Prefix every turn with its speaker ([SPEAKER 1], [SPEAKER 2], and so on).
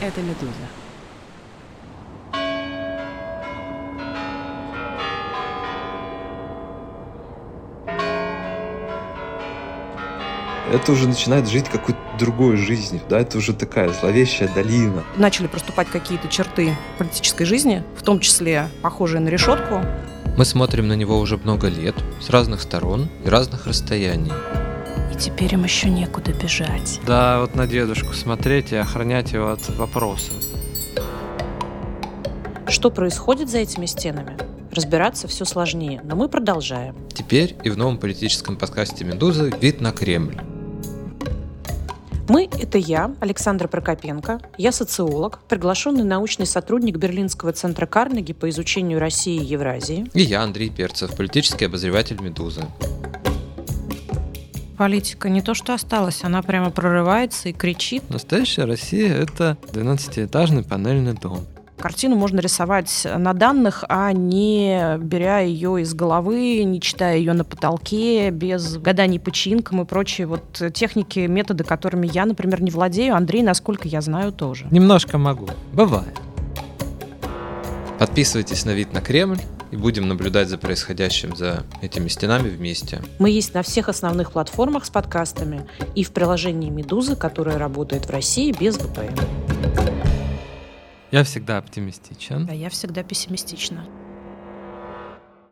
[SPEAKER 1] Это «Медуза».
[SPEAKER 2] Это уже начинает жить какой-то другой жизнью, да, это уже такая зловещая долина.
[SPEAKER 3] Начали проступать какие-то черты политической жизни, в том числе похожие на решетку.
[SPEAKER 4] Мы смотрим на него уже много лет, с разных сторон и разных расстояний.
[SPEAKER 1] И теперь им еще некуда бежать.
[SPEAKER 5] Да, вот на дедушку смотреть и охранять его от вопросов.
[SPEAKER 6] Что происходит за этими стенами? Разбираться все сложнее, но мы продолжаем.
[SPEAKER 4] Теперь и в новом политическом подкасте «Медузы» вид на Кремль.
[SPEAKER 6] Мы – это я, Александра Прокопенко. Я социолог, приглашенный научный сотрудник Берлинского центра Карнеги по изучению России и Евразии.
[SPEAKER 4] И я, Андрей Перцев, политический обозреватель «Медузы».
[SPEAKER 3] Политика не то что осталась, она прямо прорывается и кричит.
[SPEAKER 5] Настоящая Россия – это 12-этажный панельный дом.
[SPEAKER 3] Картину можно рисовать на данных, а не беря ее из головы, не читая ее на потолке, без гаданий по чинкам и прочие вот техники, методы, которыми я, например, не владею. Андрей, насколько я знаю, тоже.
[SPEAKER 5] Немножко могу. Бывает.
[SPEAKER 4] Подписывайтесь на вид на Кремль и будем наблюдать за происходящим за этими стенами вместе.
[SPEAKER 6] Мы есть на всех основных платформах с подкастами и в приложении «Медуза», которое работает в России без VPN.
[SPEAKER 5] Я всегда оптимистичен.
[SPEAKER 3] А я всегда пессимистична.